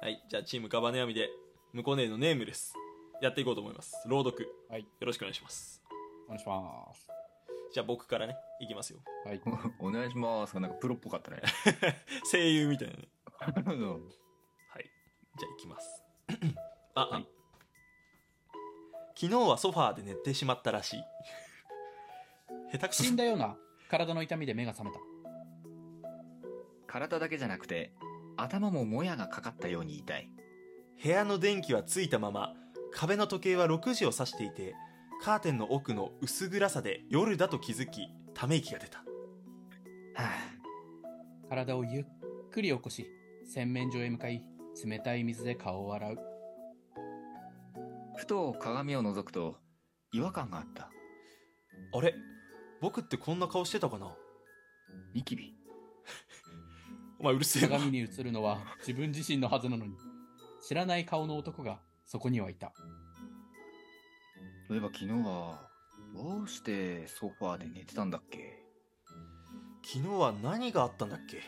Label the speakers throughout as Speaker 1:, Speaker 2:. Speaker 1: はいじゃあチームカバネアミで向こうねのネームですやっていこうと思います朗読、
Speaker 2: はい
Speaker 1: よろしくお願いします
Speaker 2: お願いします。
Speaker 1: じゃあ僕からねいきますよ
Speaker 2: はい。
Speaker 3: お願いしますがなんかプロっぽかった ね。
Speaker 1: 声優みたいなね
Speaker 3: うん
Speaker 1: はい。じゃあ行きます。 あ、あ昨日はソファーで寝てしまったらしい。下手くそ
Speaker 2: 死んだような体の痛みで目が覚めた。
Speaker 3: 体だけじゃなくて、頭ももやがかかったように痛い。
Speaker 1: 部屋の電気はついたまま、壁の時計は6時を指していて、カーテンの奥の薄暗さで夜だと気づき、ため息が出た。
Speaker 3: はぁ、
Speaker 2: 体をゆっくり起こし、洗面所へ向かい、冷たい水で顔を洗う。
Speaker 3: ふと鏡を覗くと、違和感があった。
Speaker 1: あれ僕ってこんな顔してたかな
Speaker 3: ニキビ。
Speaker 1: お前うるせえな。
Speaker 2: 鏡に映るのは自分自身のはずなのに、知らない顔の男がそこにはいた。
Speaker 3: そういえば昨日は、どうしてソファーで寝てたんだっけ
Speaker 1: 昨日は何があったんだっけ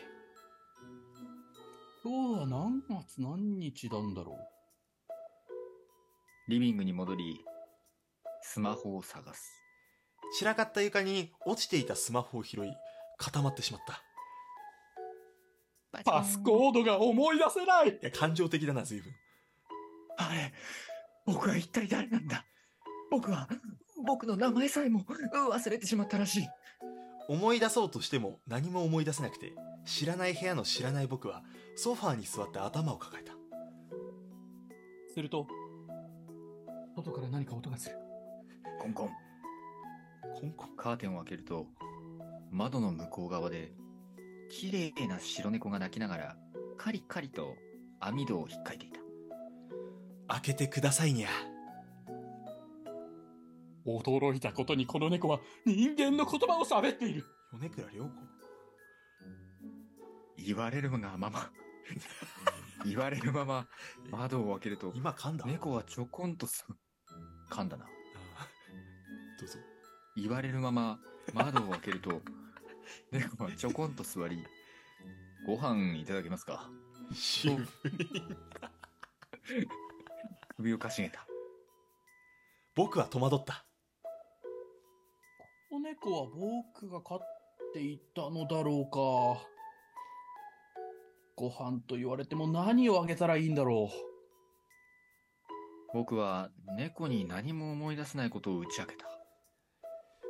Speaker 2: 今日は何月何日なんだろう。
Speaker 3: リビングに戻り、スマホを探す。
Speaker 1: 散らかった床に落ちていたスマホを拾い、固まってしまった。
Speaker 2: パスコードが思い出せない
Speaker 1: いや、感情的だな、随分。
Speaker 3: あれ、僕は一体誰なんだ僕は、僕の名前さえも忘れてしまったらしい。
Speaker 1: 思い出そうとしても何も思い出せなくて知らない部屋の知らない僕はソファーに座って頭を抱えた
Speaker 2: すると、外から何か音がする。
Speaker 3: コンコン。
Speaker 1: コンコン
Speaker 3: カーテンを開けると、窓の向こう側で、綺麗な白猫が鳴きながら、カリカリと網戸を引っかいていた。
Speaker 1: 開けてくださいにゃ
Speaker 2: 驚いたことにこの猫は人間の言葉を喋っている。
Speaker 1: 米倉涼子
Speaker 3: 言われるがまま、 言われるまま、窓を開けると、
Speaker 1: 今噛んだ
Speaker 3: 猫はちょこんとす、噛んだな。
Speaker 1: あーどうぞ
Speaker 3: 言われるまま、窓を開けると、猫はちょこんと座り、ご飯いただけますか
Speaker 1: シンプルに
Speaker 3: 首をかしげた。
Speaker 1: 僕は戸惑った
Speaker 2: お猫は僕が飼っていたのだろうか。ご飯と言われても何をあげたらいいんだろう。
Speaker 3: 僕は猫に何も思い出せないことを打ち明けた。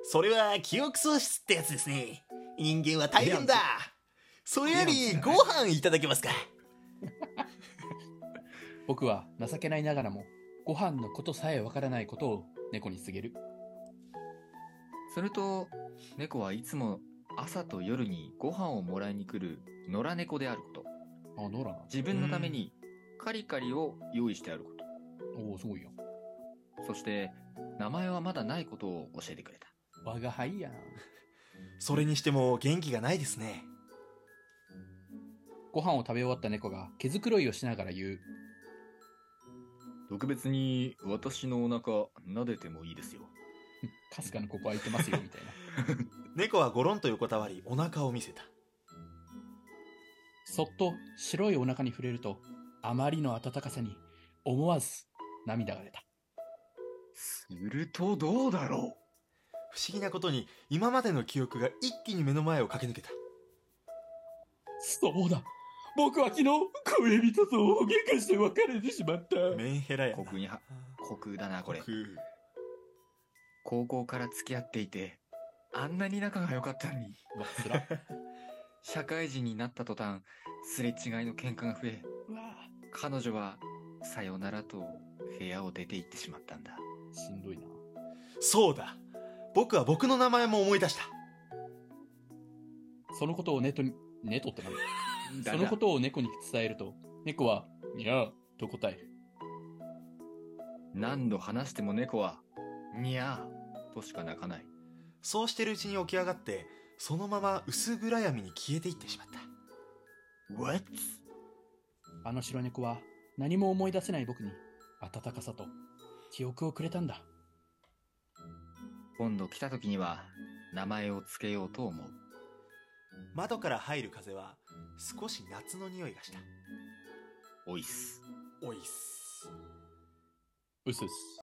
Speaker 1: それは記憶喪失ってやつですね人間は
Speaker 3: 大変だ
Speaker 1: そ
Speaker 3: れよりご
Speaker 1: 飯いただけますか
Speaker 2: 僕は情けないながらも、ご飯のことさえわからないことを猫に告げる。
Speaker 3: すると、猫はいつも朝と夜にご飯をもらいに来る野良猫であること。
Speaker 2: あ、ノーラな
Speaker 3: 自分のためにカリカリを用意してあるこ
Speaker 2: おお、すごいよ。
Speaker 3: と。そして、名前はまだないことを教えてくれた。
Speaker 2: 我が輩やん。
Speaker 1: それにしても元気がないですね
Speaker 2: ご飯を食べ終わった猫が毛づくろいをしながら言う。
Speaker 3: 特別に私のお腹撫でてもいいですよ。
Speaker 2: かすかにここ空いてますよ、みたいな。
Speaker 1: 猫はゴロンと横たわりお腹を見せた
Speaker 2: そっと白いお腹に触れると、あまりの温かさに思わず涙が出た。
Speaker 3: するとどうだろ
Speaker 1: 不思議なことに今までの記憶が一気に目の前を駆け抜けた
Speaker 2: そうだ僕は昨日、恋人と大喧嘩して別れてしまった。
Speaker 1: メンヘラや
Speaker 3: う
Speaker 1: な
Speaker 3: 虚空には、虚空だな、これ。
Speaker 1: 虚空
Speaker 3: 高校から付き合っていて、あんなに仲が良かったのに、
Speaker 2: うわ、つら。
Speaker 3: 社会人になった途端、すれ違いの喧嘩が増え、
Speaker 2: うわ
Speaker 3: 彼女は、さよならと部屋を出て行ってしまったんだ。
Speaker 2: しんどいな。
Speaker 1: そうだ僕は僕の名前も思い出した
Speaker 2: そのことをネトに、ネトってなんだ
Speaker 3: だ
Speaker 2: そのことを猫に伝えると、猫は、いや、と答える。
Speaker 3: 何度話しても猫は、にゃーとしか泣かない。
Speaker 1: そうしてるうちに起き上がってそのまま薄暗闇に消えていってしまった
Speaker 3: What?
Speaker 2: あの白猫は何も思い出せない僕に温かさと記憶をくれたんだ。
Speaker 3: 今度来た時には、名前をつけようと思う。
Speaker 1: 窓から入る風は少し夏の匂いがした
Speaker 3: おいっす。
Speaker 4: おいっす
Speaker 1: うすうす。